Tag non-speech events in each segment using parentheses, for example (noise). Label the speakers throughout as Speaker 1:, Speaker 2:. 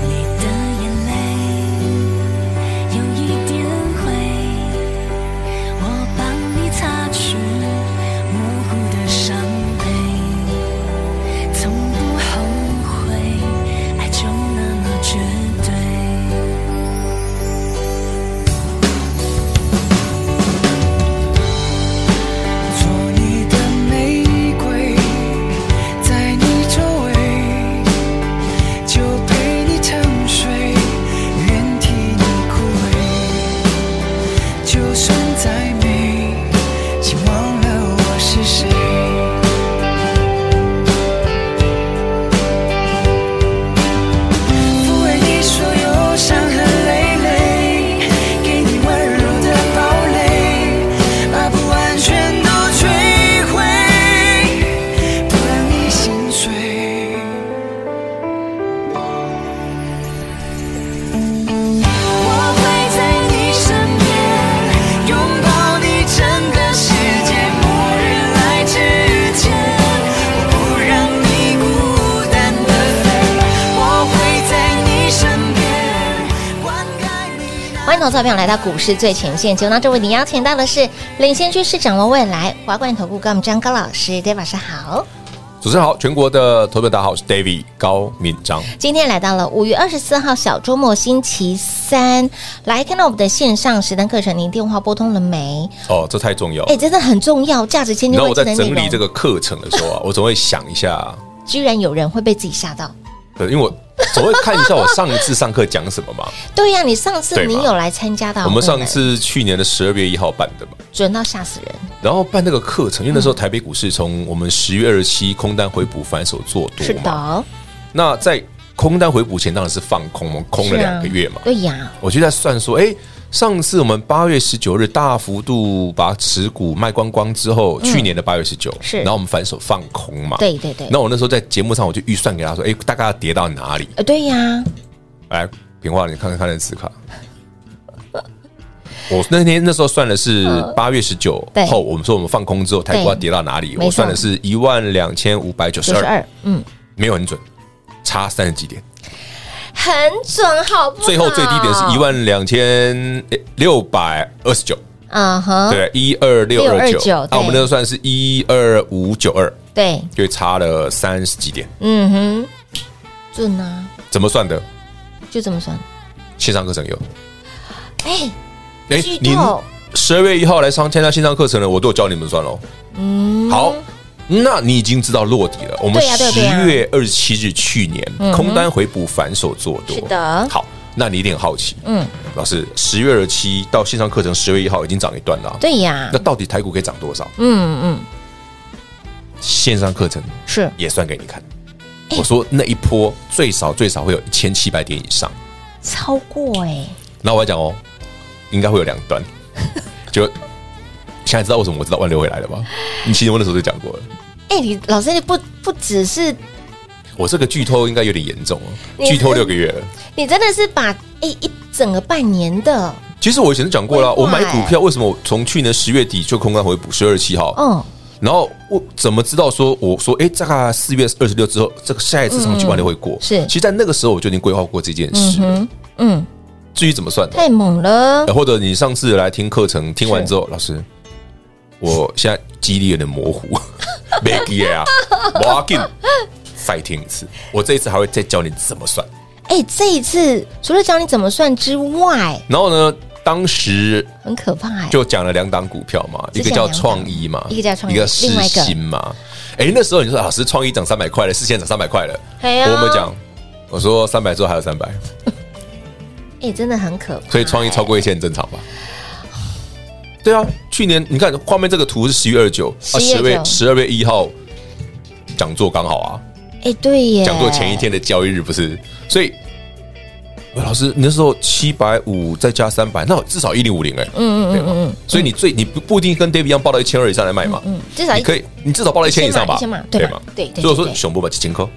Speaker 1: 你的眼泪有一点灰，我帮你擦去模糊的伤悲，从不后悔，爱就那么绝对。
Speaker 2: 做你的玫瑰，在你周围，就陪你沉睡，愿替你枯萎。就算再美，请忘了我是谁。抚慰你所有伤痕累累，给你温柔的堡垒，把不安全都摧毁，不让你心碎。我会在你身边，拥抱你整个世界。末日来之前，我不让你孤单的飞。我会在你身边，灌溉你
Speaker 3: 欢迎投资朋友来到股市最前线，节目当中为您邀请到的是领先趋势、掌握未来华冠投顾高敏章高老师，David 老师好。
Speaker 4: 主持人好，全国的投资者大家好，我是 David 高敏章。
Speaker 3: 今天来到了五月二十四号小周末星期三，来看到我们的线上实单课程，您电话拨通了没？
Speaker 4: 哦，这太重要。
Speaker 3: 哎，真的很重要，价值千
Speaker 4: 你
Speaker 3: 金
Speaker 4: 知道我
Speaker 3: 万
Speaker 4: 在
Speaker 3: 金的内
Speaker 4: 整
Speaker 3: 容
Speaker 4: 理这，个课程的时
Speaker 3: (laughs)
Speaker 4: 候啊，我总会想一下，
Speaker 3: 居然有人会被自己吓到。
Speaker 4: 对，因为我总会看一下我上一次上课讲什么
Speaker 3: (laughs)
Speaker 4: 嘛。
Speaker 3: 对呀、你上次
Speaker 4: 对嘛
Speaker 3: 你有来参加到
Speaker 4: 我
Speaker 3: 会
Speaker 4: 们
Speaker 3: 呢
Speaker 4: 上次去年的十二月一号办的嘛，
Speaker 3: 准到吓死人，
Speaker 4: 然后办那个课程，因为那时候台北股市从我们十月二十七空单回补反手做多啊
Speaker 3: 是
Speaker 4: 嘛，
Speaker 3: 的，
Speaker 4: 那在空单回补前当然是放空，我们空了
Speaker 3: 是啊
Speaker 4: 两个月嘛。
Speaker 3: 对呀，
Speaker 4: 我就在算说，哎、上次我们八月十九日大幅度把持股卖光光之后，去年的八月十九，
Speaker 3: 是
Speaker 4: 然后我们反手放空嘛，
Speaker 3: 对对对
Speaker 4: 啊那我那时候在节目上我就预算给他说，哎、大概要跌到哪里？
Speaker 3: 呃，对呀，
Speaker 4: 来，平话你看看看
Speaker 3: (laughs)
Speaker 4: 那字卡。我那天那时候算的是八月十九
Speaker 3: 呃对
Speaker 4: 后，我们说我们放空之后，台股要跌到哪里？
Speaker 3: 没错
Speaker 4: 我算的是一万两千五百九
Speaker 3: 九
Speaker 4: 十
Speaker 3: 十
Speaker 4: 二，
Speaker 3: 二，嗯，
Speaker 4: 没有很准，差三十几点。
Speaker 3: 很准，好不好？
Speaker 4: 最后最低点是一，万两千六百二十九。
Speaker 3: 嗯哼，
Speaker 4: 对，一二六二九
Speaker 3: 629，
Speaker 4: 那我们
Speaker 3: 对
Speaker 4: 那算是一二五九二，
Speaker 3: 对，
Speaker 4: 就差了三十几点。
Speaker 3: 嗯哼，准啊，
Speaker 4: 怎么算的？
Speaker 3: 就这么算。
Speaker 4: 线上课程有？
Speaker 3: 哎，
Speaker 4: 哎
Speaker 3: 剧透
Speaker 4: 您十二月一号来上参加线上课程的，我都有教你们算喽。嗯，好。那你已经知道落底了。我们
Speaker 3: 对呀对呀
Speaker 4: 十
Speaker 3: 对呀嗯
Speaker 4: 月二十七日去年空单回补反手做多，
Speaker 3: 是的
Speaker 4: 好，那你一定很好奇，
Speaker 3: 嗯，
Speaker 4: 老师，十月二十七到线上课程十月一号已经涨一段了啊，
Speaker 3: 对呀
Speaker 4: 那，到底台股可以涨多少？
Speaker 3: 嗯嗯，
Speaker 4: 线上课程
Speaker 3: 是
Speaker 4: 也算给你看。我说那一波最少最少会有一千七百点以上，
Speaker 3: 超过哎，
Speaker 4: 那我要讲哦，应该会有两
Speaker 3: (laughs)
Speaker 4: 段，就现在知道为什么我知道万六会来了吧？你其实我那时候就讲过了，
Speaker 3: 哎，你老师你不不只是
Speaker 4: 我这个剧透应该有点严重哦，
Speaker 3: 你
Speaker 4: 剧透六个月
Speaker 3: (laughs)
Speaker 4: 了。
Speaker 3: 你真的是把哎一整个半年的，
Speaker 4: 其实我以前就讲过了，
Speaker 3: 规
Speaker 4: 我
Speaker 3: 划
Speaker 4: 买
Speaker 3: 欸
Speaker 4: 股票为什么我从去年十月底就空单回补十二七号，
Speaker 3: 嗯，
Speaker 4: 然后我怎么知道说我说哎，大概四月二十六之后，这个下一次长期万六会过？
Speaker 3: 嗯是
Speaker 4: 其实在那个时候我就已经规划过这件事了。
Speaker 3: 嗯嗯，
Speaker 4: 至于怎么算的，
Speaker 3: 太猛了
Speaker 4: 呃，或者你上次来听课程，听完之后，老师，我现在记忆力有点模糊， (laughs) 没记得
Speaker 3: (laughs)
Speaker 4: 啊，我要紧，再听一次。我这一次还会再教你怎么算。
Speaker 3: 哎，这一次除了教你怎么算之外，
Speaker 4: 然后呢，当时
Speaker 3: 很可怕哎，
Speaker 4: 就讲了两档股票嘛，
Speaker 3: 只
Speaker 4: 一个
Speaker 3: 讲
Speaker 4: 叫
Speaker 3: 两档
Speaker 4: 创意嘛，
Speaker 3: 一个叫创意
Speaker 4: 一个
Speaker 3: 另外一个
Speaker 4: 世新嘛。哎，那时候你说老师创意涨三百块了，世新涨三百块了，
Speaker 3: 哎
Speaker 4: 我有没有讲？我说三百之后还有三百，
Speaker 3: 哎，真的很可怕，
Speaker 4: 所以创意超过一千很正常吧？对啊，去年你看画面这个图是十月二十九，啊
Speaker 3: 10月
Speaker 4: 月十二月一号讲座刚好啊，
Speaker 3: 哎，对耶，
Speaker 4: 讲座前一天的交易日不是，所以老师，你那时候七百五再加三百，那至少一零五零哎，嗯嗯对吧？所以你最你不不一定跟 David 一样报到一千二以上来卖嘛，
Speaker 3: 嗯，至少
Speaker 4: 你可以，你至少报到一千以上吧
Speaker 3: 一千嘛，对吧？对对。
Speaker 4: 所以我
Speaker 3: 对
Speaker 4: 说
Speaker 3: 对
Speaker 4: 熊不吧，几千颗，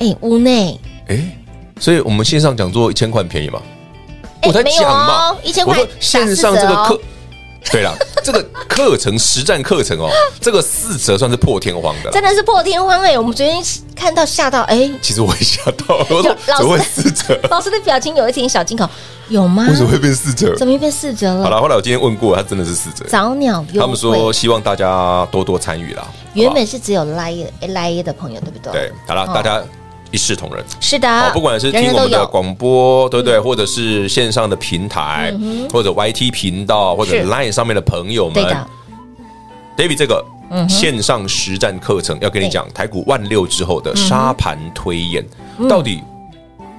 Speaker 3: 哎，屋内
Speaker 4: 哎，所以我们线上讲座一千块很便宜嘛，
Speaker 3: 哎
Speaker 4: 我才
Speaker 3: 没有
Speaker 4: 讲嘛
Speaker 3: 哦，1000
Speaker 4: 我
Speaker 3: 块
Speaker 4: 说线上
Speaker 3: 打
Speaker 4: 这
Speaker 3: 四折
Speaker 4: 个
Speaker 3: 哦
Speaker 4: 课，对啦， (laughs) 这个课程实战课程哦，这个四折算是破天荒的啦
Speaker 3: 真。的是破天荒哎！我们昨天看到吓到哎， (laughs)
Speaker 4: 其实我也吓到，我说
Speaker 3: 老师
Speaker 4: 怎么会四折？
Speaker 3: (laughs) 老师的表情有一点小惊恐，有吗
Speaker 4: 为？什么会变四折？
Speaker 3: 怎么又变四折
Speaker 4: 好
Speaker 3: 了？
Speaker 4: 了，后来我今天问过，他真的是四折。
Speaker 3: 早鸟优惠，
Speaker 4: 他们说希望大家多多参与啦。
Speaker 3: 原本
Speaker 4: 好
Speaker 3: 是只有 lie lie 的朋友，对不对？
Speaker 4: 不好对，好了，
Speaker 3: 哦
Speaker 4: 大家一视同仁。
Speaker 3: 是
Speaker 4: 好
Speaker 3: 的，，
Speaker 4: 哦不管是
Speaker 3: 啊人
Speaker 4: 听
Speaker 3: 人
Speaker 4: 我
Speaker 3: 都
Speaker 4: 们的
Speaker 3: 有，嗯
Speaker 4: 广播，对不对？或者是线上的平台，或者 YT 频道，或者
Speaker 3: 是
Speaker 4: Line 上面的朋友
Speaker 3: 对
Speaker 4: 们
Speaker 3: 的，嗯
Speaker 4: ，David 这个线上实战课程要跟你讲，台股万六之后
Speaker 3: 嗯
Speaker 4: 的沙盘推演，到底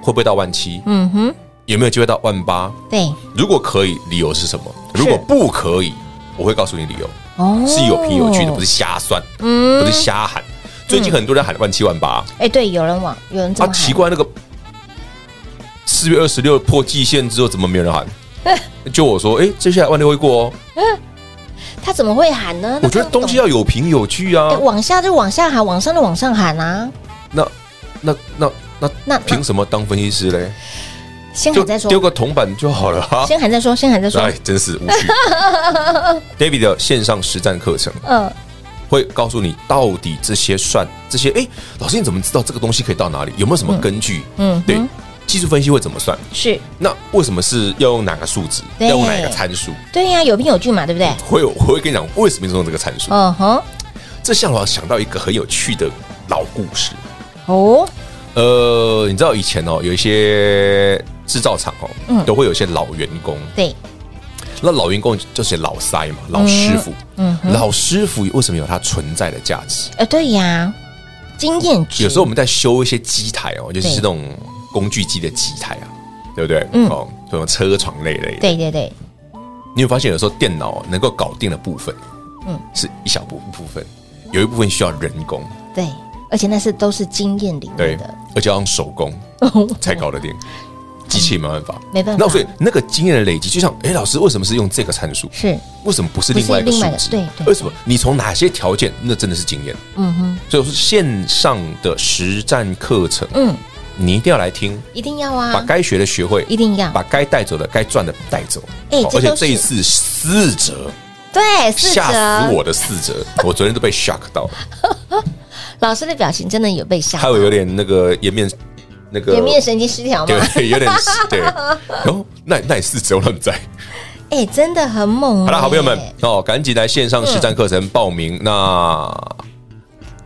Speaker 4: 会不会到万七？
Speaker 3: 嗯哼，
Speaker 4: 有没有机会到万八？
Speaker 3: 对，
Speaker 4: 如果可以，理由是什么？如果不可以，我会告诉你理由。
Speaker 3: 哦嗯
Speaker 4: 是有凭有据的，不是瞎算，不是瞎喊。最近很多人喊万七万八，
Speaker 3: 哎，对，有人往，有人这
Speaker 4: 啊，
Speaker 3: 么喊
Speaker 4: 奇，怪，那个四月二十六破季线之后，怎么没有
Speaker 3: (laughs)
Speaker 4: 人喊？就我说，哎，接下来万六会过哦。
Speaker 3: 他怎么会喊呢？
Speaker 4: 我觉得东西要有凭有据啊
Speaker 3: 哎，。往下就往下喊，往上就往上喊啊。
Speaker 4: 那那那那
Speaker 3: 那
Speaker 4: 凭什么当分析师嘞？
Speaker 3: 先
Speaker 4: 就
Speaker 3: 喊再说
Speaker 4: 丢，个铜板就好了啊。
Speaker 3: 先喊再说，先喊再说
Speaker 4: (laughs) 哎，，真是无
Speaker 3: (laughs)
Speaker 4: 趣。David 的线上实战课程
Speaker 3: 嗯，
Speaker 4: 会告诉你到底这些算这些，哎，老师你怎么知道这个东西可以到哪里？有没有什么根据？
Speaker 3: 嗯哼，
Speaker 4: 嗯对，技术分析会怎么算？
Speaker 3: 是
Speaker 4: 那为什么是要用哪个数值？
Speaker 3: 对
Speaker 4: 要用哪一个参数？
Speaker 3: 对呀，有凭有据嘛，对不对？
Speaker 4: 会有我会跟你讲为什么用这个参数。
Speaker 3: 嗯哼，
Speaker 4: 这像我想到一个很有趣的老故事。
Speaker 3: 哦，
Speaker 4: 呃，你知道以前哦，有一些制造厂哦，
Speaker 3: 嗯
Speaker 4: 都会有一些老员工，
Speaker 3: 对，
Speaker 4: 那老员工就是老塞嘛，老师傅。
Speaker 3: 嗯哼，
Speaker 4: 老师傅为什么有它存在的价值？
Speaker 3: 呃，对呀，经验值，
Speaker 4: 有时候我们在修一些机台哦，尤其
Speaker 3: 对
Speaker 4: 是那种工具机的机台啊，对不对？
Speaker 3: 嗯
Speaker 4: 哦，什么车床类类的。
Speaker 3: 对对对，
Speaker 4: 你会发现有时候电脑能够搞定的部分，
Speaker 3: 嗯
Speaker 4: 嗯，是一小部部分，有一部分需要人工，
Speaker 3: 对，而且那是都是经验里
Speaker 4: 对
Speaker 3: 面的，，
Speaker 4: 而且要用手工才搞得定，机器没办法，
Speaker 3: 嗯没办法
Speaker 4: 那所以那个经验的累积，就像哎，诶老师为什么是用这个参数？
Speaker 3: (laughs) 是
Speaker 4: 为什么不是另外一个数
Speaker 3: 不
Speaker 4: 值？
Speaker 3: 是另外一个对对
Speaker 4: 为什么你从哪些条件？那真的是经验。
Speaker 3: 嗯哼，
Speaker 4: 所以我说线上的实战课程，
Speaker 3: 嗯，
Speaker 4: 你一定要来听，
Speaker 3: 一定要
Speaker 4: 把
Speaker 3: 啊，
Speaker 4: 该学的学会，
Speaker 3: 一定要
Speaker 4: 把该带走的、该赚的带走。
Speaker 3: 诶
Speaker 4: 好
Speaker 3: 这
Speaker 4: 而
Speaker 3: 都
Speaker 4: 且这一
Speaker 3: 是
Speaker 4: 次四折。
Speaker 3: 对，四
Speaker 4: 吓死
Speaker 3: 折，
Speaker 4: 我的四折，我昨天都被 shock 到，
Speaker 3: 老师的表情真的有被吓
Speaker 4: 还
Speaker 3: 到，
Speaker 4: 有有点那个颜面那个
Speaker 3: 颜面神经失调吗？(laughs)
Speaker 4: 对， (laughs) 有点对。然后那那也四折，我让你在。
Speaker 3: 哎，真的很猛，
Speaker 4: 好了，好朋友们
Speaker 3: 哎嗯
Speaker 4: 哦，赶紧来线上实战课程报名。那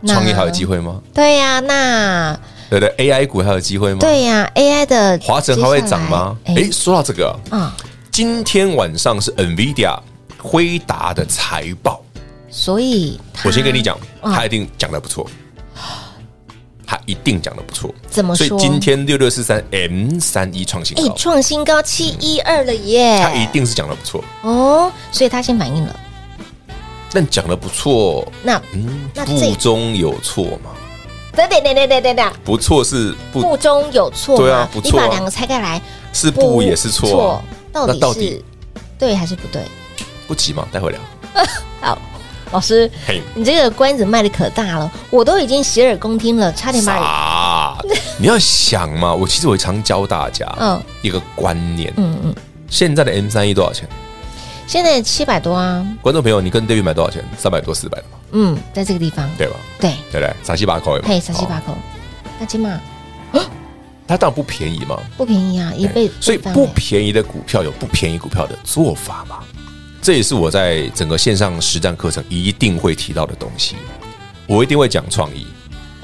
Speaker 3: 那
Speaker 4: 创业还有机会吗？
Speaker 3: 对呀、那
Speaker 4: 对不对？AI 股还有机会吗？，
Speaker 3: 对呀、a i 的
Speaker 4: 华晨还会涨吗？
Speaker 3: 接下来
Speaker 4: 哎，说到这个啊，
Speaker 3: 哎啊、
Speaker 4: 今天晚上是 NVIDIA 辉达的财报，
Speaker 3: 所以它
Speaker 4: 我先跟你讲，
Speaker 3: 嗯
Speaker 4: 他一定讲的不错，他一定讲的不错。
Speaker 3: 怎么
Speaker 4: 所
Speaker 3: 说？
Speaker 4: 以今天六六四三 M 三一创新
Speaker 3: 哎
Speaker 4: 高，
Speaker 3: 创新高七一二了耶，
Speaker 4: 他一定是讲的不错，
Speaker 3: 哦，所以他先反应了。
Speaker 4: 但讲的不错，
Speaker 3: 那
Speaker 4: 嗯
Speaker 3: 那，这
Speaker 4: 不中有错嘛？
Speaker 3: 等等等等等等等，
Speaker 4: 不错是不
Speaker 3: 不中有错吗
Speaker 4: 对啊不
Speaker 3: 你
Speaker 4: 错啊
Speaker 3: 把两个拆开来，
Speaker 4: 是不也是错啊，
Speaker 3: 到
Speaker 4: 那
Speaker 3: 底
Speaker 4: 到
Speaker 3: 是
Speaker 4: 底
Speaker 3: 对还是不对？
Speaker 4: 不急嘛，待会聊。
Speaker 3: 好，老师，
Speaker 4: 嘿，
Speaker 3: 你这个关子卖的可大了，我都已经洗耳恭听了，差点把你
Speaker 4: 傻，你要想嘛，我其实我常教大家
Speaker 3: 嗯
Speaker 4: 一个观念，
Speaker 3: 嗯嗯，
Speaker 4: 现在的 M 三一多少钱？
Speaker 3: 现在七百多啊，
Speaker 4: 观众朋友，你跟 David 买多少钱？三百多、四百的嘛，
Speaker 3: 嗯，在这个地方，
Speaker 4: 对吧？
Speaker 3: 对，
Speaker 4: 对不对？傻七八口，
Speaker 3: 嘿，三七八
Speaker 4: 哦，
Speaker 3: 口，那起码
Speaker 4: 它当然不便宜嘛，
Speaker 3: 不便宜啊，一
Speaker 4: 对
Speaker 3: 倍，
Speaker 4: 所以
Speaker 3: 倍翻
Speaker 4: 不
Speaker 3: 了
Speaker 4: 便宜的股票有不便宜股票的做法嘛，这也是我在整个线上实战课程一定会提到的东西。我一定会讲创意，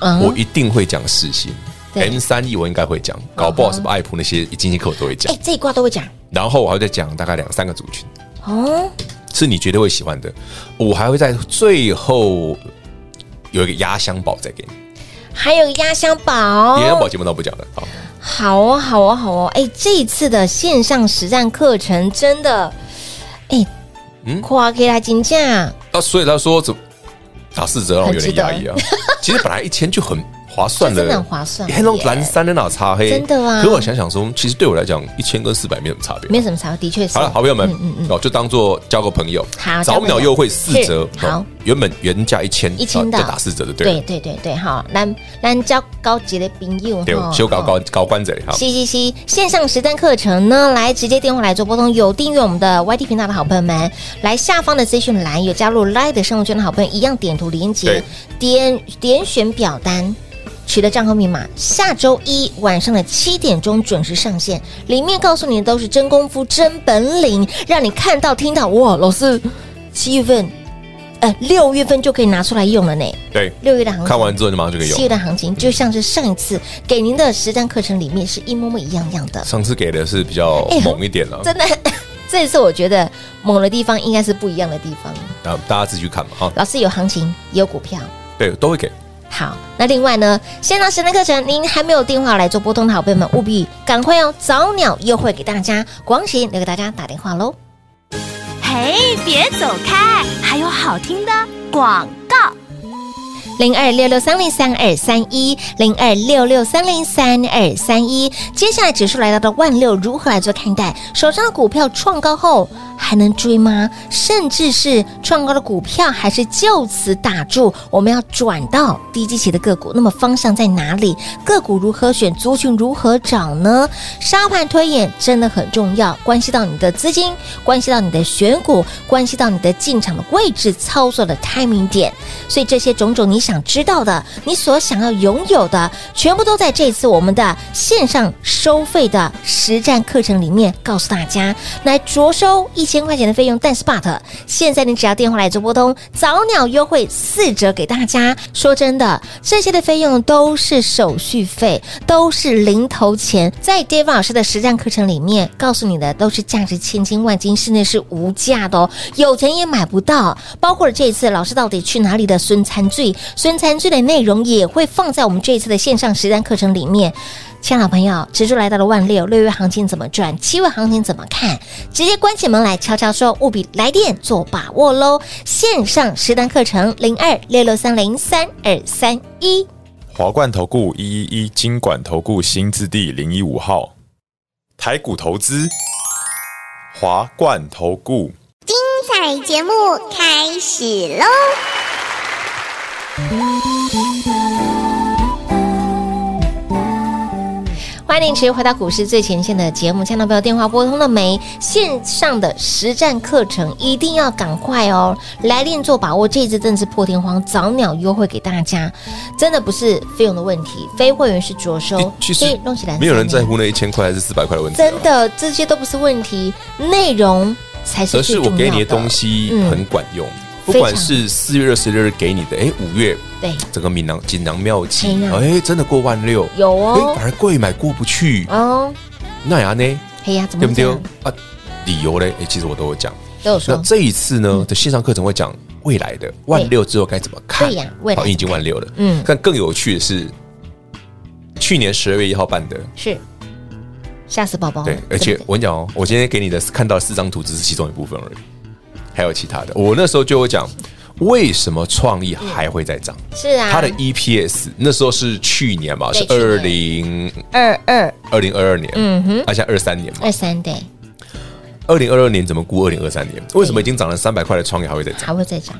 Speaker 3: 嗯
Speaker 4: 我一定会讲世新
Speaker 3: 对
Speaker 4: ，M 三 E 我应该会讲，搞不好什么爱普那些经济课我都会讲
Speaker 3: 哎，，这一卦都会讲
Speaker 4: 然后我还会再讲大概两三个族群，
Speaker 3: 哦，
Speaker 4: 是你绝对会喜欢的。我还会在最后有一个压箱宝再给你，
Speaker 3: 还有压箱宝，
Speaker 4: 压箱宝节目当然不讲了，好，
Speaker 3: 好哦，好哦，好哦！哎，这一次的线上实战课程真的，哎，
Speaker 4: 嗯
Speaker 3: 夸给他金价，
Speaker 4: 啊啊，所以他说怎打四折让我有点压抑啊。其实本来一千就很划算的，
Speaker 3: 这真的很划算耶
Speaker 4: 黑龙蓝山的哪差黑？
Speaker 3: 真的啊
Speaker 4: 可我想想说，其实对我来讲，一千跟四百没什么差别。
Speaker 3: 没有什么差，的确是。
Speaker 4: 好了，好朋友们
Speaker 3: 嗯嗯嗯，
Speaker 4: 哦，就当做交个朋友。
Speaker 3: 好交
Speaker 4: 早
Speaker 3: 朋友
Speaker 4: 鸟优惠四折，
Speaker 3: 是好
Speaker 4: 哦，原本原价一千，
Speaker 3: 一千的
Speaker 4: 哦再打四折的，
Speaker 3: 对
Speaker 4: 对
Speaker 3: 对对对，哈，咱咱交高级的朋友
Speaker 4: 对，
Speaker 3: 哈
Speaker 4: 修搞
Speaker 3: 哈
Speaker 4: 搞搞关嘴，好，
Speaker 3: 哦是是是，线上实战课程呢，来直接电话来做拨通。有订阅我们的 YT 频道的好朋友们，来下方的资讯栏有加入 Live 的生活圈的好朋友，一样点图连接
Speaker 4: 对，
Speaker 3: 点点选表单。取得账号密码，下周一晚上的七点钟准时上线。里面告诉你的都是真功夫、真本领，让你看到、听到。哇，老师，七月份，呃，六月份就可以拿出来用了呢。
Speaker 4: 对，
Speaker 3: 六月的行情
Speaker 4: 看完之后就马上就可以
Speaker 3: 七月
Speaker 4: 用。
Speaker 3: 的行情，就嗯像是上一次给您的实战课程里面是一模模一样样的，
Speaker 4: 上次给的是比较
Speaker 3: 哎
Speaker 4: 猛一点了，
Speaker 3: 真的。 (laughs) 这一次我觉得猛的地方应该是不一样的地方。
Speaker 4: 啊，大家自己去看嘛，哈，
Speaker 3: 老师有行情，也有股票。
Speaker 4: 对，都会给。
Speaker 3: 好，那另外呢，线上实战课程，您还没有电话来做拨通的好朋友们，务必赶快哦，早鸟优惠给大家，广喜留给大家打电话喽。
Speaker 1: 嘿，别走开，还有好听的广告。
Speaker 3: 零二六六三零三二三一，零二六六三零三二三一。接下来指数来到了万六，如何来做看待？手上的股票创高后还能追吗？甚至是创高的股票还是就此打住？我们要转到低基期的个股，那么方向在哪里？个股如何选？族群如何找呢？沙盘推演真的很重要，关系到你的资金，关系到你的选股，关系到你的进场的位置、操作的 timing 点。所以这些种种你想知道的，你所想要拥有的，全部都在这次我们的线上收费的实战课程里面告诉大家。来着收一千块钱的费用，但是 but 现在你只要电话来做拨通，早鸟优惠四折给大家。说真的，这些的费用都是手续费，都是零头钱。在 Dave 老师的实战课程里面告诉你的都是价值千金万金，甚至是无价的哦，有钱也买不到。包括了这一次老师到底去哪里的孙餐醉，孙餐醉的内容也会放在我们这一次的线上实战课程里面。亲爱的朋友，指数来到了万六，六月行情怎么转？七月行情怎么看？直接关起门来悄悄说，务必来电做把握喽！线上实单课程零二六六三零三二三一。
Speaker 5: 华冠投顾一一一金管投顾新字第零一五号，台股投资，华冠投顾。
Speaker 6: 彩节目开始喽！
Speaker 3: 欢迎您持续回到股市最前线的节目，亲爱的朋友，电话拨通了没？线上的实战课程一定要赶快哦，来练做把握，这一次真的是破天荒早鸟优惠给大家，真的不是费用的问题，非会员是着
Speaker 4: (laughs)
Speaker 3: 收，
Speaker 4: 其
Speaker 3: 所以
Speaker 4: 实
Speaker 3: 弄起来
Speaker 4: 没有人在乎那一千块还是四百块的问题啊，
Speaker 3: 真的，这些都不是问题，内容才是
Speaker 4: 而
Speaker 3: 最
Speaker 4: 是
Speaker 3: 重
Speaker 4: 我
Speaker 3: 要的。
Speaker 4: 给你的东西
Speaker 3: 嗯
Speaker 4: 很管用，
Speaker 3: 非常
Speaker 4: 不管是四月二十六日给你的，哎，五月
Speaker 3: 对，
Speaker 4: 整个闽南锦囊妙计
Speaker 3: 哎呀，
Speaker 4: 哎，真的过万六，
Speaker 3: 有哦
Speaker 4: 哎，反而贵买过不去，
Speaker 3: 哦，
Speaker 4: 那呀呢，
Speaker 3: 哎呀，怎么会
Speaker 4: 对不
Speaker 3: 这
Speaker 4: 对
Speaker 3: 样？
Speaker 4: 啊？理由嘞，哎，其实我都有讲。
Speaker 3: 都有
Speaker 4: 那
Speaker 3: 说，嗯
Speaker 4: 这一次呢的线上课程会讲未来的万六之后该怎么看？
Speaker 3: 对呀未来
Speaker 4: 好，已经万六了。
Speaker 3: 嗯
Speaker 4: 但更有趣的是，去年十二月一号办的，
Speaker 3: 是吓死宝宝了。
Speaker 4: 对，而且
Speaker 3: 对不对
Speaker 4: 我跟你讲哦，我今天给你的看到的四张图只是其中一部分而已，还有其他的。我那时候就有讲，为什么创意还会再涨？
Speaker 3: 是啊，
Speaker 4: 它的 EPS 那时候是去年嘛，
Speaker 3: 对
Speaker 4: 是二零
Speaker 3: 二二
Speaker 4: 二零二二年，
Speaker 3: 嗯哼，
Speaker 4: 而且二三年嘛
Speaker 3: 二，三对，
Speaker 4: 二零二二年怎么估二零二三年？为什么已经涨了三百块的创意还会再涨？
Speaker 3: 还会再涨。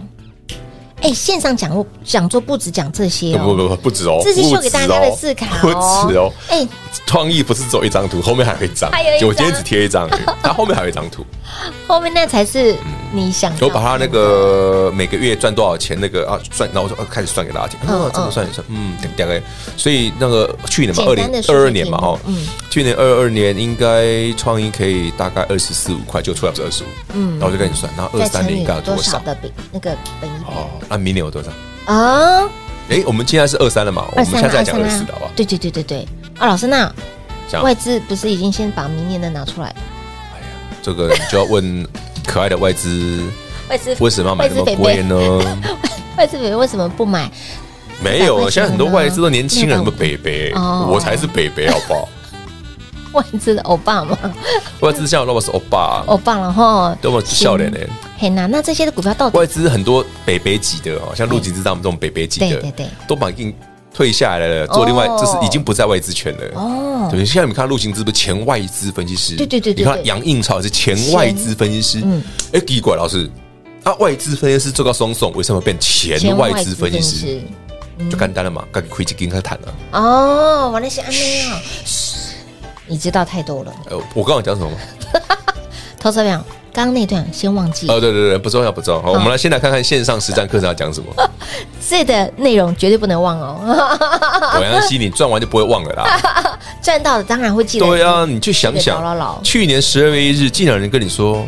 Speaker 3: 哎，线上讲座讲座不止讲这些
Speaker 4: 不
Speaker 3: 哦，
Speaker 4: 不不，不止哦，
Speaker 3: 这是秀给
Speaker 4: 不止
Speaker 3: 大
Speaker 4: 哦
Speaker 3: 家的字卡哦，
Speaker 4: (laughs) 不止哦。
Speaker 3: 哎，
Speaker 4: 创意不是只有一张图，后面还有一张
Speaker 3: 还有一，张
Speaker 4: 我今天只贴一张而已，它后面还有一张图。
Speaker 3: 后面那才是你想到的，
Speaker 4: 嗯我把他那个每个月赚多少钱那个啊算，然后我就啊开始算给大家听，
Speaker 3: 嗯
Speaker 4: 啊，这么算一算，嗯，大概，所以那个去年嘛，
Speaker 3: 简
Speaker 4: 二
Speaker 3: 单的
Speaker 4: 零
Speaker 3: 数
Speaker 4: 二
Speaker 3: 学
Speaker 4: 二年嘛，
Speaker 3: 题目
Speaker 4: 哦
Speaker 3: 嗯，
Speaker 4: 去年二二年应该创意可以大概二十四五块，就出来不是二十五，嗯，然后我就跟你算，然后二
Speaker 3: 再
Speaker 4: 三
Speaker 3: 乘
Speaker 4: 年
Speaker 3: 以
Speaker 4: 应该有
Speaker 3: 多
Speaker 4: 多
Speaker 3: 少
Speaker 4: 少？
Speaker 3: 的比那个本一比
Speaker 4: 哦，那明年有多少？
Speaker 3: 啊？
Speaker 4: 哎，我们现在是二三了嘛，我
Speaker 3: 二
Speaker 4: 们
Speaker 3: 三
Speaker 4: 下
Speaker 3: 啊
Speaker 4: 次再讲二
Speaker 3: 二
Speaker 4: 四
Speaker 3: 三
Speaker 4: 的好不
Speaker 3: 啊
Speaker 4: 好？
Speaker 3: 对对对对对，啊，老师那
Speaker 4: 这
Speaker 3: 外
Speaker 4: 样，
Speaker 3: 资不是已经先把明年的拿出来？
Speaker 4: 这个你就要问可爱的外资，
Speaker 3: 外资
Speaker 4: 为什么要买那么
Speaker 3: 外资
Speaker 4: 贵呢？
Speaker 3: 外资北为什么不买？
Speaker 4: 没有
Speaker 3: 百块钱的呢
Speaker 4: 啊，现在很多外资嗯都年轻人，
Speaker 3: 那
Speaker 4: 什么
Speaker 3: 个
Speaker 4: 北北，
Speaker 3: 哦
Speaker 4: 我才是北北，好不好？
Speaker 3: 外资的欧巴嘛，
Speaker 4: 外资像 r o b 欧巴，啊
Speaker 3: 欧巴然
Speaker 4: (laughs)
Speaker 3: 后
Speaker 4: 多么笑脸呢？
Speaker 3: 嘿那那这些的股票到底
Speaker 4: 外资很多北北级的哦，像陆景之他们这种北北级
Speaker 3: 对
Speaker 4: 的
Speaker 3: 对对，
Speaker 4: 都把硬退下来了，做另外
Speaker 3: 哦
Speaker 4: 就是已经不在外资圈了。
Speaker 3: 哦
Speaker 4: 对，现在你看陆行之不是前外资分析师？
Speaker 3: 对对对对
Speaker 4: 你看
Speaker 3: 对
Speaker 4: 杨应超也是前外资分析师。
Speaker 3: 嗯
Speaker 4: 嗯，哎，奇怪，老师，啊，外资分析师做到松松，为什么变前外资分析师？
Speaker 3: 嗯
Speaker 4: 就简单了嘛，该亏就跟他谈了。
Speaker 3: 哦，我那些安内哦，你知道太多了。
Speaker 4: 呃，我刚刚讲什么吗？
Speaker 3: 投资朋友，刚刚那段先忘记，
Speaker 4: 哦，对对对，不重要不重要。好，我们来先来看看线上实战课程要
Speaker 3: (laughs)
Speaker 4: 讲什么。
Speaker 3: 这的内容绝对不能忘哦。 (laughs)
Speaker 4: 我相信你赚完就不会忘了啦。
Speaker 3: 赚到的当然会记得。
Speaker 4: 对啊，你去想
Speaker 3: 记得牢牢牢
Speaker 4: 想，去年十二月一日，竟然有人跟你说，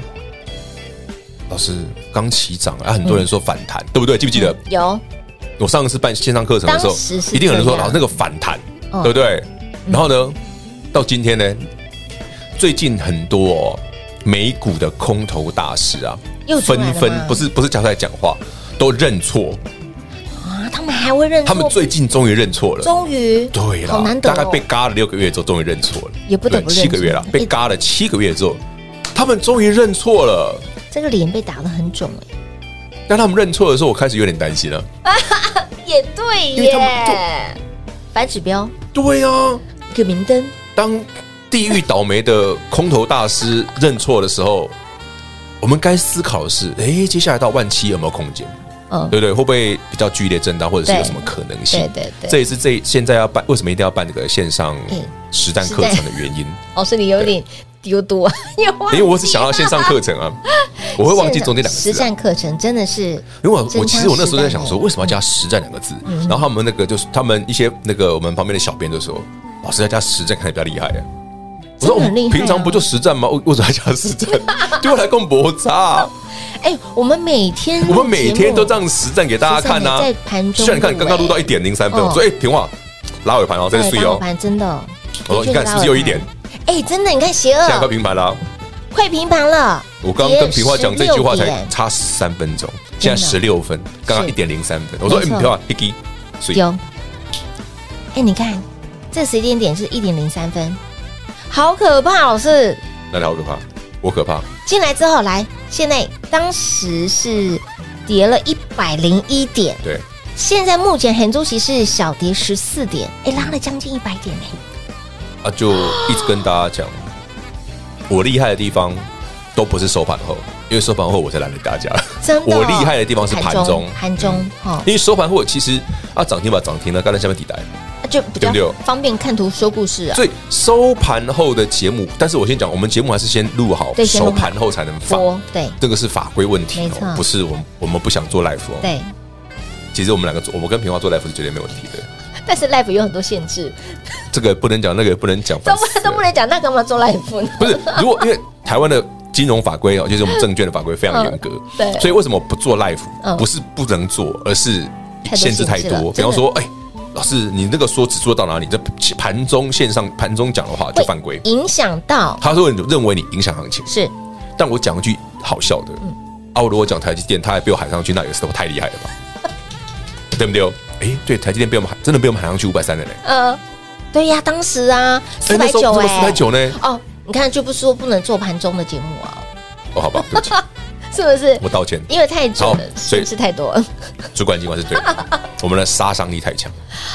Speaker 4: 老师刚起涨啊，很多人
Speaker 3: 嗯
Speaker 4: 说反弹，对不对？记不记得？
Speaker 3: 有
Speaker 4: 我上次办线上课程的时候
Speaker 3: 嗯当时是，
Speaker 4: 一定有人说
Speaker 3: 这样
Speaker 4: 老师那个反弹，
Speaker 3: 嗯
Speaker 4: 对不对？然后呢，到今天呢，最近很多哦美股的空头大师啊
Speaker 3: 又，出来了吗
Speaker 4: 纷纷不是不是讲出来讲话，都认错，
Speaker 3: 啊，他们还会认错，
Speaker 4: 他们最近终于认错了。
Speaker 3: 终于
Speaker 4: 对啦，
Speaker 3: 好难得哦
Speaker 4: 大概被嘎了六个月之后，终于认错了，
Speaker 3: 也不得不
Speaker 4: 对
Speaker 3: 认
Speaker 4: 七个月了，被嘎了七个月之后，他们终于认错了。
Speaker 3: 这个脸被打得很肿哎，
Speaker 4: 但他们认错的时候，我开始有点担心了。啊
Speaker 3: 也对
Speaker 4: 因为他
Speaker 3: 耶。反指标
Speaker 4: 对啊，
Speaker 3: 一个明灯，
Speaker 4: 当地狱倒霉的空头大师认错的时候，我们该思考的是：哎，接下来到万七有没有空间？
Speaker 3: 嗯，
Speaker 4: 对不对？会不会比较剧烈震荡，或者是
Speaker 3: 对
Speaker 4: 有什么可能性？
Speaker 3: 对对对
Speaker 4: 这也是这现在要办，为什么一定要办这个线上
Speaker 3: 嗯
Speaker 4: 实战课程的原
Speaker 3: (laughs)
Speaker 4: 因？
Speaker 3: 老师哦你有点丢多， (laughs) 因
Speaker 4: 因为我只想要线上课程啊，我会忘记中间两个字、
Speaker 3: 实
Speaker 4: 啊。
Speaker 3: 战课程真的是
Speaker 4: 因为我
Speaker 3: 真枪
Speaker 4: 我其实我那时候在想
Speaker 3: 实
Speaker 4: 说，
Speaker 3: 弹
Speaker 4: 为什么要加“实战”两个字？
Speaker 3: 嗯
Speaker 4: 然后他们那个就是他们一些那个我们旁边的小编就说，老师要加“实战”看起来比较厉害耶。我说哦
Speaker 3: 真的很厉害啊啊
Speaker 4: 平常不就实战吗？为为什么要加实战？对我来讲摩
Speaker 3: (laughs)
Speaker 4: 擦。啊
Speaker 3: 哎，我们每天
Speaker 4: 我们每天都这
Speaker 3: 样，
Speaker 4: 样实战给大家看呐。
Speaker 3: 实战也在盘中
Speaker 4: 虽然你看
Speaker 3: 入围
Speaker 4: 刚刚录到一点零三分，
Speaker 3: 哦
Speaker 4: 我说哎，平话拉尾盘哦，真
Speaker 3: 对
Speaker 4: 是碎
Speaker 3: 打
Speaker 4: 哦
Speaker 3: 火。盘真的，
Speaker 4: 我说
Speaker 3: 的确
Speaker 4: 哦你看
Speaker 3: 是打
Speaker 4: 是不
Speaker 3: 火
Speaker 4: 是又一
Speaker 3: 盘
Speaker 4: 点？
Speaker 3: 哎，真的，你看邪
Speaker 4: 现在快
Speaker 3: 恶
Speaker 4: 平盘啦。
Speaker 3: 快平盘了，
Speaker 4: 我刚刚跟
Speaker 3: 跌
Speaker 4: 平话讲这句
Speaker 3: 16
Speaker 4: 话才
Speaker 3: 点
Speaker 4: 差三分钟，现在
Speaker 3: 真
Speaker 4: 十六分，刚刚
Speaker 3: 是
Speaker 4: 一点零三分。我说哎，
Speaker 3: 没错
Speaker 4: 平话 h i k 所以
Speaker 3: 有。哎，你看这时间点是一点零三分，好可怕，老师。
Speaker 4: 那你好可怕，我可怕。
Speaker 3: 进来之后，来，现在当时是跌了一百零一点，
Speaker 4: 对，
Speaker 3: 现在目前恒周期是小跌十四点，哎，拉了将近一百点哎嘞，
Speaker 4: 啊，就一直跟大家讲，我厉害的地方都不是收盘后，因为收盘后我才懒得大家。
Speaker 3: 真的哦、
Speaker 4: 我厉害的地方是盘中嗯
Speaker 3: 盘中哦，
Speaker 4: 因为收盘后其实啊涨停吧涨停了，刚才下面底带，
Speaker 3: 啊就比较
Speaker 4: 对不对
Speaker 3: 方便看图说故事啊。
Speaker 4: 所以收盘后的节目，但是我先讲，我们节目还是先录好，
Speaker 3: 对先录
Speaker 4: 收
Speaker 3: 好
Speaker 4: 盘后才能放
Speaker 3: 播。对
Speaker 4: 这个是法规问题
Speaker 3: 没错
Speaker 4: 哦，不是我们我们不想做 live 哦。
Speaker 3: 对，
Speaker 4: 其实我们两个做，我们跟平花做 live 是绝对没问题的。
Speaker 3: 但是 live 有很多限制，
Speaker 4: 这个不能讲，那个也不能讲，
Speaker 3: 都
Speaker 4: 烦
Speaker 3: 不
Speaker 4: 死了
Speaker 3: 都不能讲，那干嘛做 live 呢？
Speaker 4: 不是，如果因为台湾的金融法规哦，就是我们证券的法规非常严格，
Speaker 3: 嗯对
Speaker 4: 所以为什么不做 live？、
Speaker 3: 嗯
Speaker 4: 不是不能做，而是
Speaker 3: 太多
Speaker 4: 限制太
Speaker 3: 限制了
Speaker 4: 多。比
Speaker 3: 真的
Speaker 4: 方说，哎、老师，你那个说只做到哪里？这盘中线上盘中讲的话就犯规
Speaker 3: 会。影响到
Speaker 4: 他说你认为你影响行情，
Speaker 3: 是
Speaker 4: 但我讲一句好笑的，
Speaker 3: 嗯
Speaker 4: 啊，我如果讲台积电，他还被我喊上去，那也是太厉害了吧？ (laughs) 对不对？哎、对，台积电被我们喊，真的被我们喊上去五百三了嘞。
Speaker 3: 呃，对呀，当时啊
Speaker 4: 哎、
Speaker 3: 四
Speaker 4: 那
Speaker 3: 百
Speaker 4: 时候
Speaker 3: 九
Speaker 4: 怎么
Speaker 3: 哎，
Speaker 4: 四百九呢？
Speaker 3: 哦，你看就不说不能做盘中的节目啊，
Speaker 4: 哦，好吧，对不起，
Speaker 3: 是不是？
Speaker 4: 我道歉。
Speaker 3: 因为太久了
Speaker 4: 好，
Speaker 3: 是
Speaker 4: 所
Speaker 3: 不
Speaker 4: 以
Speaker 3: 是太多了？
Speaker 4: 主管尽管是对的，我们的杀伤力太
Speaker 3: (laughs)
Speaker 4: 强。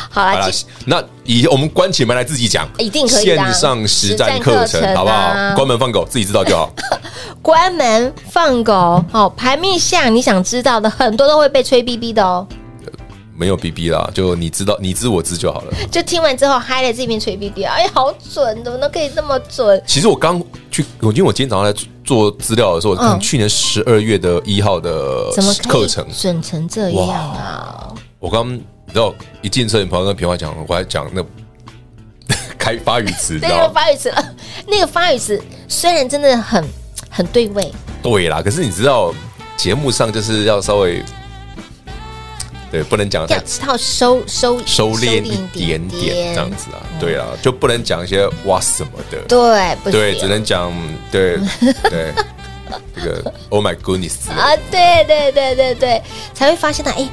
Speaker 3: 好
Speaker 4: 好
Speaker 3: 啦，
Speaker 4: 了
Speaker 3: 继，
Speaker 4: 那以我们关起门来自己讲，
Speaker 3: (laughs) 一定可以的啊
Speaker 4: 线上实战课
Speaker 3: 实
Speaker 4: 程
Speaker 3: 战课程啊，
Speaker 4: 好不好？关门放狗，自己知道就好。 (laughs)
Speaker 3: 关门放狗，好、盘面下你想知道的很多都会被吹逼逼的哦。
Speaker 4: 没有 BB 啦，就你知道，你知我知就好
Speaker 3: (laughs)
Speaker 4: 了。
Speaker 3: 就听完之后嗨了这边吹逼逼，哎，好准，怎么都可以这么准？
Speaker 4: 其实我刚去，我因为我今天早上来做资料的时候，我看去年十二月的一号的
Speaker 3: 嗯怎么可以
Speaker 4: 课程，
Speaker 3: 准成这样啊？
Speaker 4: 我刚你知道一进车，你朋友跟平花讲，我还讲那 (laughs) 开发语词，你知
Speaker 3: 对，那
Speaker 4: 道
Speaker 3: 个
Speaker 4: 吗？
Speaker 3: 发语词，呃那个发语词虽然真的很很对味，
Speaker 4: 对啦，可是你知道节目上就是要稍微。对，不能讲得
Speaker 3: 要
Speaker 4: 太
Speaker 3: 套收收
Speaker 4: 收敛一点点这样子啊，对啊，就不能讲一些哇什么的，
Speaker 3: 对，不
Speaker 4: 对，
Speaker 3: 行
Speaker 4: 只能讲对对这个 Oh my goodness 之类的
Speaker 3: 啊，对对对对对，才会发现到哎，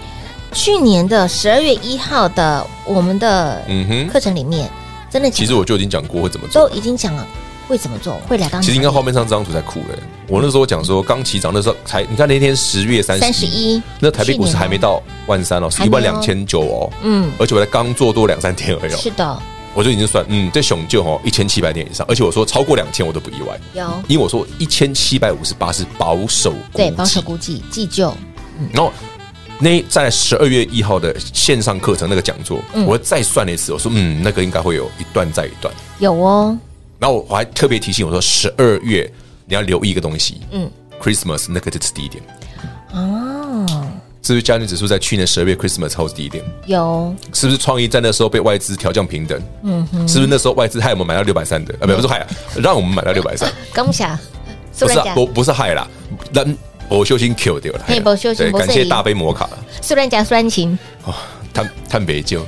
Speaker 3: 去年的十二月一号的我们的
Speaker 4: 嗯哼
Speaker 3: 课程里面，真的
Speaker 4: 其
Speaker 3: 其
Speaker 4: 实我就已经讲过会怎么
Speaker 3: 都
Speaker 4: 做，
Speaker 3: 已经讲了，会怎么做？会聊到
Speaker 4: 其实应该后面上这张图才酷嘞、我那时候讲说刚起涨那时候才，你看那天十月三
Speaker 3: 三十一，
Speaker 4: 那台北股
Speaker 3: 去
Speaker 4: 市
Speaker 3: 年哦
Speaker 4: 还没到万三哦，是
Speaker 3: 还
Speaker 4: 一
Speaker 3: 没哦
Speaker 4: 万两千九哦，
Speaker 3: 嗯，
Speaker 4: 而且我才刚做多两三天而已、哦
Speaker 3: 是，的，
Speaker 4: 我就已经算，嗯，这熊就哦一千七百点以上，而且我说超过两千我都不意外，
Speaker 3: 有
Speaker 4: 因为我说一千七百五十八是保守估计
Speaker 3: 对保守估计计就
Speaker 4: 然后那在十二月一号的线上课程那个讲座，
Speaker 3: 嗯
Speaker 4: 我再算了一次，我说嗯，那个应该会有一段再一段。
Speaker 3: 有哦，
Speaker 4: 然后我还特别提醒我说，十二月你要留意一个东西，
Speaker 3: 嗯
Speaker 4: 嗯，Christmas 那个就是低点，
Speaker 3: 哦，
Speaker 4: 是不是加权指数在去年十二月 Christmas 后是低点？
Speaker 3: 有
Speaker 4: 是不是创意在那时候被外资调降平等？嗯，是不是那时候外资害我们买到六百三的？啊，不
Speaker 3: 嗯
Speaker 4: 是害啊，让我们买到六百三，
Speaker 3: 刚下，
Speaker 4: 不
Speaker 3: 虽
Speaker 4: 是
Speaker 3: 然
Speaker 4: 啊
Speaker 3: 讲
Speaker 4: 不不是害啦，那我修心 Q 掉了，
Speaker 3: 嘿没修行
Speaker 4: 对，
Speaker 3: 没
Speaker 4: 感
Speaker 3: 摄
Speaker 4: 谢
Speaker 3: 影
Speaker 4: 大杯摩卡哦了。
Speaker 3: 虽然讲虽然情，
Speaker 4: 探探北
Speaker 3: (laughs)
Speaker 4: 就，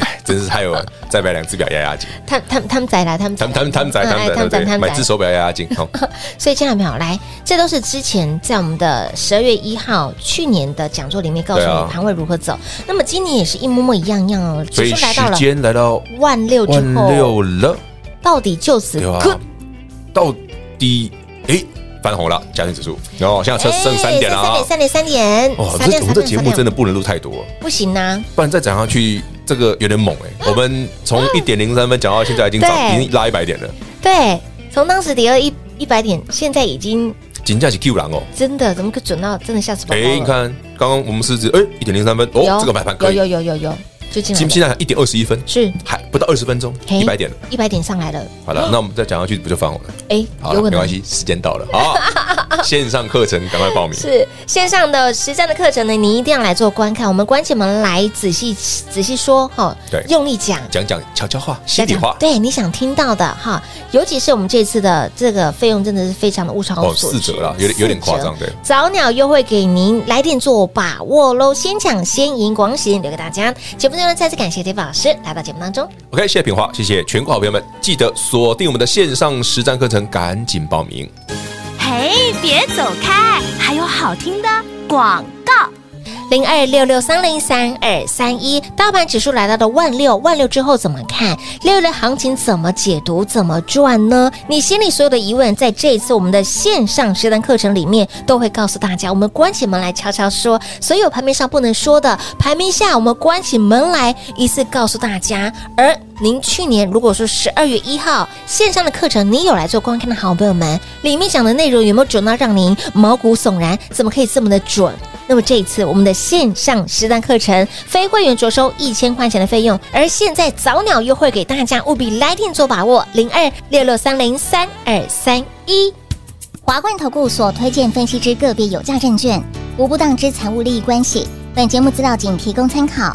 Speaker 4: 哎真是还有再买两只表压压惊，
Speaker 3: 他他他们仔来，他们
Speaker 4: 他们他们他们仔他
Speaker 3: 哎
Speaker 4: 们仔对不对？买只手表压压惊，
Speaker 3: (laughs)
Speaker 4: 好，
Speaker 3: 所以，亲爱的朋友，来，这都是之前在我们的十二月一号去年的讲座里面告诉
Speaker 4: 对啊
Speaker 3: 你盘位如何走。那么今年也是一模模一样样哦，
Speaker 4: 所
Speaker 3: 指
Speaker 4: 以
Speaker 3: 数来
Speaker 4: 时
Speaker 3: 到了
Speaker 4: 间来到
Speaker 3: 万六之
Speaker 4: 万
Speaker 3: 后，
Speaker 4: 六了，
Speaker 3: 到底就此
Speaker 4: 对啊吧
Speaker 3: 可？
Speaker 4: 到底哎翻红了，加权指数，然后现在剩剩三点了啊
Speaker 3: 哎！三点三点
Speaker 4: 哦，
Speaker 3: 三点，三
Speaker 4: 这
Speaker 3: 点
Speaker 4: 我们这节目真
Speaker 3: 的
Speaker 4: 的不能录太多，
Speaker 3: 不行啊呐，
Speaker 4: 不然再讲下去这个有点猛哎。我们从一点零三分讲到现在已经涨，
Speaker 3: 嗯对
Speaker 4: 已经拉一百点了，
Speaker 3: 对，从当时跌了一一百点，现在已经
Speaker 4: 金价是 Q 狼哦。
Speaker 3: 真的怎么可准到真的吓死宝哦宝了
Speaker 4: 哎，你看刚刚我们是指哎一点零三分哦
Speaker 3: 有，
Speaker 4: 这个买盘可以
Speaker 3: 有，有有有有，就进来
Speaker 4: 现
Speaker 3: 了
Speaker 4: 现在一点二十一分，
Speaker 3: 是
Speaker 4: 还不到二十分钟，一百点了。
Speaker 3: 一百点上来了，
Speaker 4: 好了，那我们再讲下去不就翻红了？
Speaker 3: 哎，
Speaker 4: 好
Speaker 3: 有
Speaker 4: 了，
Speaker 3: 可
Speaker 4: 没
Speaker 3: 能
Speaker 4: 关系，时间到了，
Speaker 3: (laughs)
Speaker 4: 好，线上课程赶快报名。
Speaker 3: 是线上的实战的课程呢，你一定要来做观看。我们关起门来仔细仔细说哈，
Speaker 4: 对
Speaker 3: 用力讲。
Speaker 4: 讲讲悄悄话、心里话，
Speaker 3: 对你想听到的哈，尤其是我们这次的这个费用真的是非常的物超
Speaker 4: 哦，
Speaker 3: 所
Speaker 4: 四
Speaker 3: 值，
Speaker 4: 折了，有点有点
Speaker 3: 四折
Speaker 4: 夸张，对。
Speaker 3: 早鸟优惠给您，来电做把握喽！先抢先赢，广喜留给大家。节目最后呢，再次感谢 d a v 老师来到节目当中。
Speaker 4: OK，谢谢品华，谢谢全国好朋友们，记得锁定我们的线上实战课程，赶紧报名。
Speaker 1: 嘿，别走开，还有好听的广告。
Speaker 3: 零二六六三零三二三一，大盘指数来到了万六，万六之后怎么看？六月的行情怎么解读？怎么赚呢？你心里所有的疑问，在这一次我们的线上实战课程里面都会告诉大家。我们关起门来悄悄说，所有盘面上不能说的，盘面下我们关起门来一次告诉大家。而您去年如果说十二月一号线上的课程，你有来做观看的好朋友们，里面讲的内容有没有准到让您毛骨悚然？怎么可以这么的准？那么这一次我们的线上实战课程，非会员着收一千块钱的费用，而现在早鸟优惠给大家，务必来电做把握，零二六六三零三二三一。
Speaker 6: 华冠投顾所推荐分析之个别有价证券，无不当之财务利益关系。本节目资料仅提供参考，